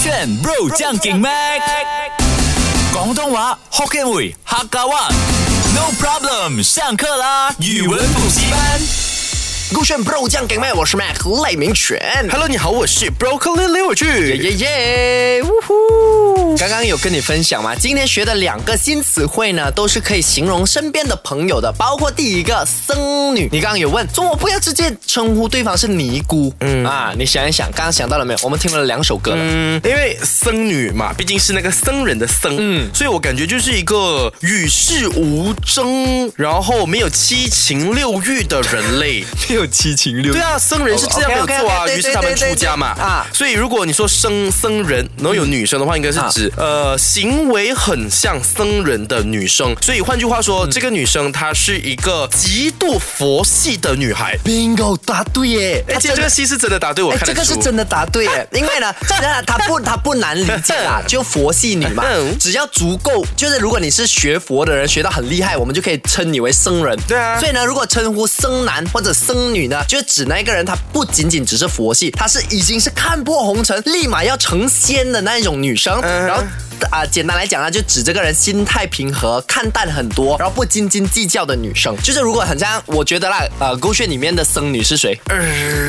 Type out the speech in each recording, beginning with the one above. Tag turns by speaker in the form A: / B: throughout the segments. A: 选 bro 将劲 mac，广东话 Hokkien 语客家话。No problem，上课啦！语文补习班。
B: 酷炫 bro 酱给麦，我是 Mac 赖明全。
C: Hello，你好，我是 Broccoli 刘
B: 耶
C: 志。
B: 耶耶，呜呼！刚刚有跟你分享吗？今天学的两个新词汇呢，都是可以形容身边的朋友的，包括第一个僧女。你刚刚有问，说我不要直接称呼对方是尼姑，嗯啊，你想一想，刚刚想到了没有？我们听了两首歌了，
C: 嗯，因为僧女嘛，毕竟是那个僧人的僧，嗯，所以我感觉就是一个与世无争，然后没有七情六欲的人类。
B: 没有七情六
C: 对啊，僧人是这样没有错啊，
B: 哦 OK，OK，OK，对
C: 于是他们出家嘛。
B: 对对对对啊
C: 啊，所以如果你说僧僧人，然后有女生的话，应该是指
B: 嗯
C: 呃行为很像僧人的女生。所以换句话
B: 嗯
C: 说，这个女生她是一个极度佛系的女孩。
B: ，bingo，答对耶！
C: 哎，
B: 他
C: 其实
B: 真的
C: 这个戏是真的答对，我
B: 哎，
C: 看
B: 这
C: 得
B: 个是
C: 出。
B: 真的答对 耶，因为呢，那他不他不难理解啦，就佛系女嘛
C: 嗯，
B: 只要足够，就是如果你是学佛的人，学到很厉害，我们就可以称你为僧人。
C: 对啊
B: 所以呢，如果称呼僧男或者僧女呢，就是指那一个人他不仅仅只是佛系，他是已经是看破红尘，立马要成仙的那一种女生，
C: 嗯
B: 然后。啊、简单来讲呢，就指这个人心态平和、看淡很多，然后不斤斤计较的女生。就是如果很像，我觉得啦，呃，勾选里面的僧女是谁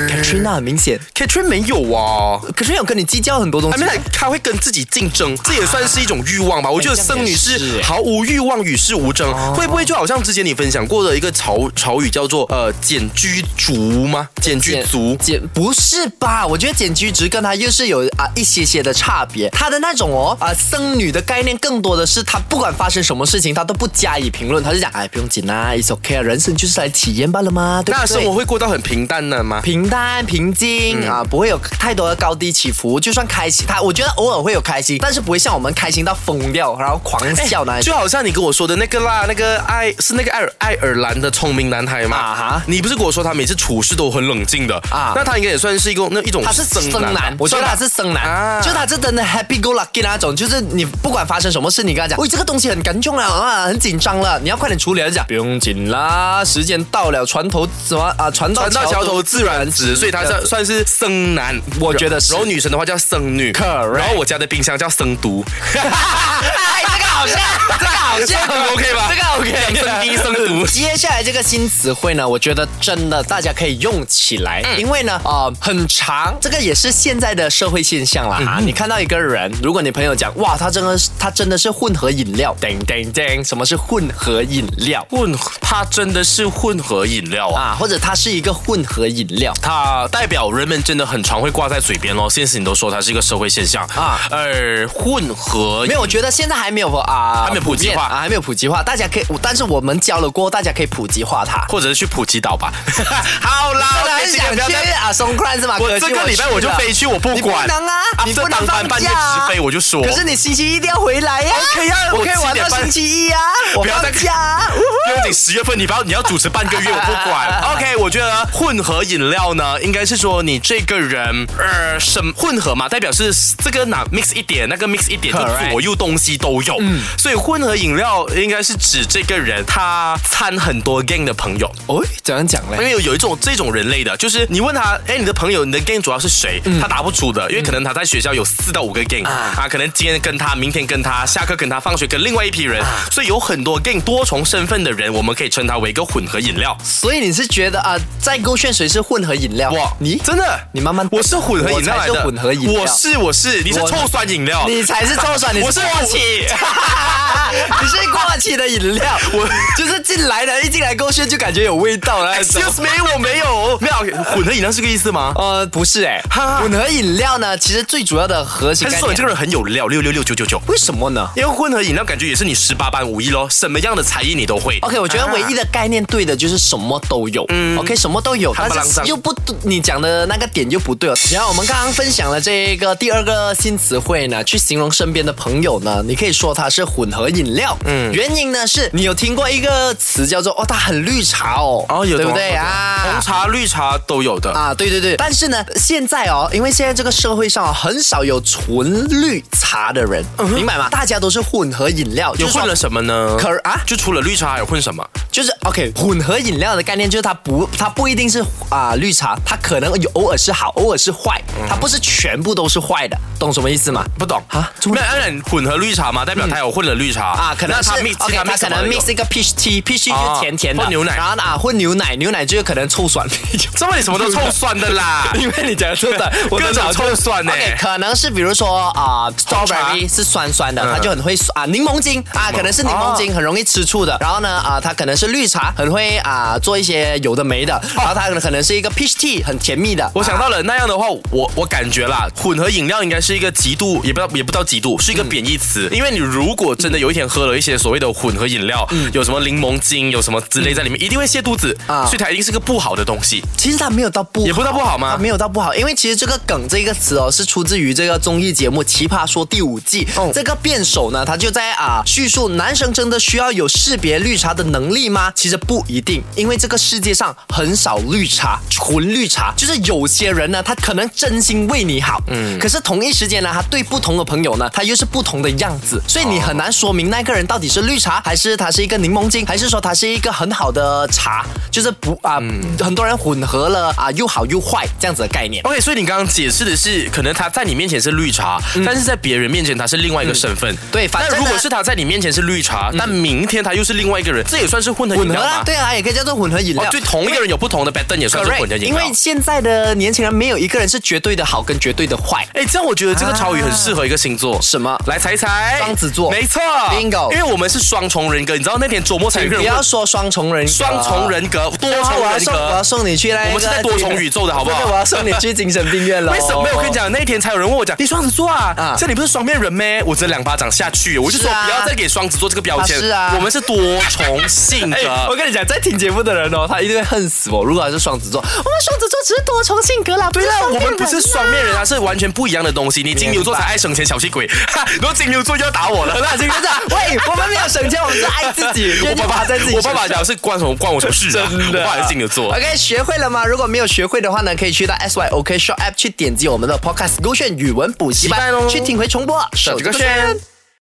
B: ？Katrina 很明显，
C: Katrin 呃没有啊。
B: 可是有跟你计较很多东
C: 啊，
B: 西
C: 没。有，他会跟自己竞争，这也算是一种欲望吧。我觉得僧女
B: 这样啊也是
C: 是
B: 欸哦
C: 毫无欲望，与世无争，会不会就好像之前你分享过的一个潮潮语叫做呃“简居族”吗？简居族。
B: 简不是吧？我觉得简居值跟他又是有啊一些些的差别。他的那种哦啊僧女的概念更多的是，他不管发生什么事情，他都不加以评论，他就讲哎不用紧啦，it's okay，啊人生就是来体验罢了嘛，对
C: 那嗯
B: 不
C: 生
B: 对
C: 活？会过到很平淡的吗？
B: 平淡平静、啊，不会有太多的高低起伏。就算开心，他我觉得偶尔会有开心，但是不会像我们开心到疯掉，然后狂哎笑那一种。
C: 欸就好像你跟我说的那个啦，那个爱是那个爱尔爱尔兰的聪明男孩嘛？
B: 啊哈
C: 你不是跟我说他每次处事都很冷静的
B: 啊
C: 啊？那他应该也算是一个那一种
B: 他是
C: 僧
B: 生男
C: 吧，
B: 我觉得
C: 算
B: 他
C: 吧
B: 是生男，
C: 啊
B: 就他是真的 happy go lucky 那种，就是你不管发生什么事，你跟他讲，喂，这个东西很严重了啊，很紧张了，你要快点处理。他就讲不用紧啦，时间到了，船头什么啊，船到
C: 船到桥头自然直，所以他
B: 这
C: 算算是僧嗯男，
B: 我觉得是
C: 然后女生的话叫僧女
B: Correct
C: 然后我家的冰箱叫僧毒，
B: 哎，这个好像，这个好像
C: OK 吧
B: 这个 OK，
C: 养生低生 毒
B: 接下来这个新词汇呢，我觉得真的大家可以用起来，因为呢，呃，很长，这个也是现在的社会现象啦。哈、你看到一个人，如果你朋友讲，哇，他真的是他真的是混合饮料，叮叮叮，什么是混合饮料
C: 混它真的是混合饮料啊。
B: 啊？或者他是一个混合饮料，
C: 它代表人们真的很常会挂在嘴边咯，现实你都说它是一个社会现象
B: 啊
C: 啊。而混合
B: 没有，我觉得现在还没有啊，
C: 还没有普及
B: 遍
C: 化
B: 啊，还没有普及化，大家可以，但是我们教了过后，大家可以普及化它。
C: 或者是去普吉岛吧。 好啦，
B: 真的很
C: 今天
B: 想
C: 不
B: 去
C: 要再
B: 啊，松宽是吗？
C: 我
B: 可惜
C: 这个礼拜我
B: 去
C: 就
B: 了
C: 飞去，我不
B: 你不
C: 管。
B: 能啊你不
C: after
B: 能
C: 当班
B: 放
C: 半夜
B: 假啊
C: 直飞，我就说。
B: 可是你星期一一定要回来呀、
C: 可以啊
B: 我
C: 我
B: 可以
C: 七
B: 玩
C: 点
B: 到
C: 半
B: 星期一啊，我
C: 不要
B: 放
C: 再
B: 假啊。
C: 不用紧，十月份你不要你要主持半个月，我不管。OK，我觉得啊混合饮料呢，应该是说你这个人呃什么混合嘛，代表是这个哪 mix 一点，那个 mix 一点，就
B: Correct
C: 左右东西都有。所以混合饮料应该是指这个人他掺很多 gang 的朋友。
B: 哦，怎样讲
C: 因
B: 嘞？
C: 为有有一种这种人类的，就是你问他，哎，你的朋友，你的 gang 主要是谁？他答不出的，因为可能他在学校有四到五个 gang
B: 啊
C: 嗯啊可能今天跟他，明天跟他，下课跟他，放学跟另外一批人，所以有很多 gang 多重身份的人，我们可以称他为一个混合饮料。
B: 所以你是觉得啊、在勾选谁是混合饮料？
C: 哇，
B: 你
C: 真的，
B: 你慢慢
C: 我是混合饮料来
B: 我才
C: 的，
B: 是混合饮料
C: 我是我是，你是
B: 我
C: 臭酸饮料，
B: 你才是臭酸，你
C: 我是啊
B: 过期， 你是过期的饮 料。我就是进来的，一进来勾选就感觉有味道了那种。
C: Excuse me，我没有，没有混合饮料是这个意思吗？
B: 呃，不是哎、
C: 哈
B: 混合饮料呢，其实最主要的核心
C: 还是
B: 概
C: 说你
B: 念
C: 这，个人很有料，六六六九九九。
B: 为什么呢？
C: 因为混合饮料感觉也是你十八般武艺咯，什么样的才艺你都会。
B: OK，我觉得唯一的概念对的就是什么都有、o
C: 嗯
B: k 什么都有，
C: 坦白
B: 但是
C: 朗
B: 又不，你讲的那个点又不对哦。然后我们刚刚分享了这个第二个新词汇呢，去形容身边的朋友呢，你可以说他是混合饮料。嗯，原因呢是你有听过一个词叫做哦，它很绿茶哦，
C: 哦，有
B: 对不
C: 懂
B: 对
C: 懂红
B: 啊？
C: 茶、绿茶都有的。
B: 啊，对对对，但是呢，现在哦，因为现在这个社会上哦，很少有纯绿茶的人，明白吗？大家都是混合饮料，
C: 嗯有
B: 就是说
C: 混了什么呢？
B: 可啊
C: 就除了绿茶，还有混什么？
B: 就是 OK 混合饮料的概念，就是它不它不一定是啊、绿茶，它可能有偶尔是好，偶尔是坏，
C: 嗯
B: 它不是全部都是坏的，懂什么意思吗？
C: 不懂
B: 啊
C: 没有，当然混合绿茶嘛，代表它有混了绿茶
B: 啊，可能
C: 那
B: 是
C: 它 mix，
B: OK，
C: 它
B: 它
C: mix
B: 可
C: 什么
B: 能
C: 都有
B: mix 一个 peach tea，peach tea 就是
C: 啊
B: 甜甜的，
C: 或牛奶
B: 然后呢啊混牛奶，牛奶就是可能臭酸 啤酒。。
C: 这么你什么都臭酸的啦
B: 因为你讲真的，我
C: 各种臭酸呢
B: OK，可欸能是比如说啊、s t r a w
C: 红
B: b e r r
C: 茶
B: y 是酸酸的，它就很会酸啊。柠檬精啊，可能是柠檬精，很容易吃醋的。然后呢啊，它可能是绿茶，很会啊做一些有的没的。然后它可能可能是一个 peach tea，很甜蜜的。啊
C: 我想到了那样的话，我我感觉啦，混合饮料应该是一个极度，也不知道也不到极度，是一个贬义词。
B: 嗯
C: 因为你如果真的有一天喝了一些所谓的混合饮料，有什么柠檬精，有什么之类在里面，一定会泻肚子，
B: 嗯啊
C: 所以它一定是个不好的东西。
B: 其实它没有到不好，
C: 也不到不好吗
B: 它啊没有到不好，因为其实这个“梗”这个词哦，是出自于这个综艺节目《奇葩说》第五季。
C: 哦
B: 这个辩手呢，他就在啊叙述男生真的需要有识别绿茶的能力吗？其实不一定，因为这个世界上很少绿茶，纯绿茶。就是有些人呢，他可能真心为你好，嗯，可是同一时间呢，他对不同的朋友呢，他又是不同的样子，所以你很难说明那个人到底是绿茶，还是他是一个柠檬精，还是说他是一个很好的茶，就是不啊、
C: 嗯
B: 很多人混合了啊、又好又坏这样子的概念。
C: OK，所以你刚刚解释的是，可能他在你面前是绿茶，但是在别人面前他是另外一个身份。
B: 嗯对反正
C: 但
B: 呢
C: 如果是他在你面前是绿茶，
B: 嗯
C: 但明天他又是另外一个人，这也算是混合饮
B: 混合
C: 料
B: 啦
C: 吗，？
B: 对啊，也可以叫做混合饮料。哎
C: 哦，对，同一个人有不同的 pattern 也算是混合
B: correct，
C: 饮
B: 因
C: 料
B: 为。现在的年轻人没有一个人是绝对的好跟绝对的坏。
C: 哎，这样我觉得这个潮语很适合一个星座，
B: 什么
C: 来猜猜，
B: 双子座
C: 没错
B: Bingo
C: 因为我们是双重人格，你知道那天周末才有一
B: 你
C: 个
B: 不
C: 人
B: 要
C: 问
B: 说双重人格，
C: 双重人格、多
B: 然后啊
C: 重
B: 我要
C: 人
B: 送我要
C: 格。
B: 送你去那个
C: 我们是在多重宇宙的好不好
B: 对对我要送你去精神病院了。
C: 为什么？我跟你，讲，那天才有人问我讲，哦你双子座啊
B: 啊？
C: 这你不是双面人咩？我这两巴掌下去，我就说
B: 是啊
C: 不要再给双子座这个标签。
B: 啊是啊
C: 我们是多重性啊
B: 哎、我
C: 格。
B: 跟你讲，在听节目的人哦，他一定会恨死我。如果他是双子座，我们双子座只是多重性格啦，对
C: 那我们不是双面人啊，是完全不一样的东西。你金牛座才爱省钱小气鬼， 哈然后金牛座又要打我 了。
B: 那就这样， 喂，我们没有省钱，我们是爱自己，
C: 我
B: 愿意
C: 爸
B: 花
C: 爸
B: 在自己身
C: 我
B: 上。
C: 爸爸讲是关什么关我什么事啊？
B: 真
C: 我
B: 的啊
C: 爸也是金牛座。
B: OK，学会了吗？如果没有学会的话呢，可以去到 SYOK Show App 去点击我们的 Podcast 勾选语文补习
C: 期待
B: 班
C: 咯
B: 去听回重播。
C: 手机勾选。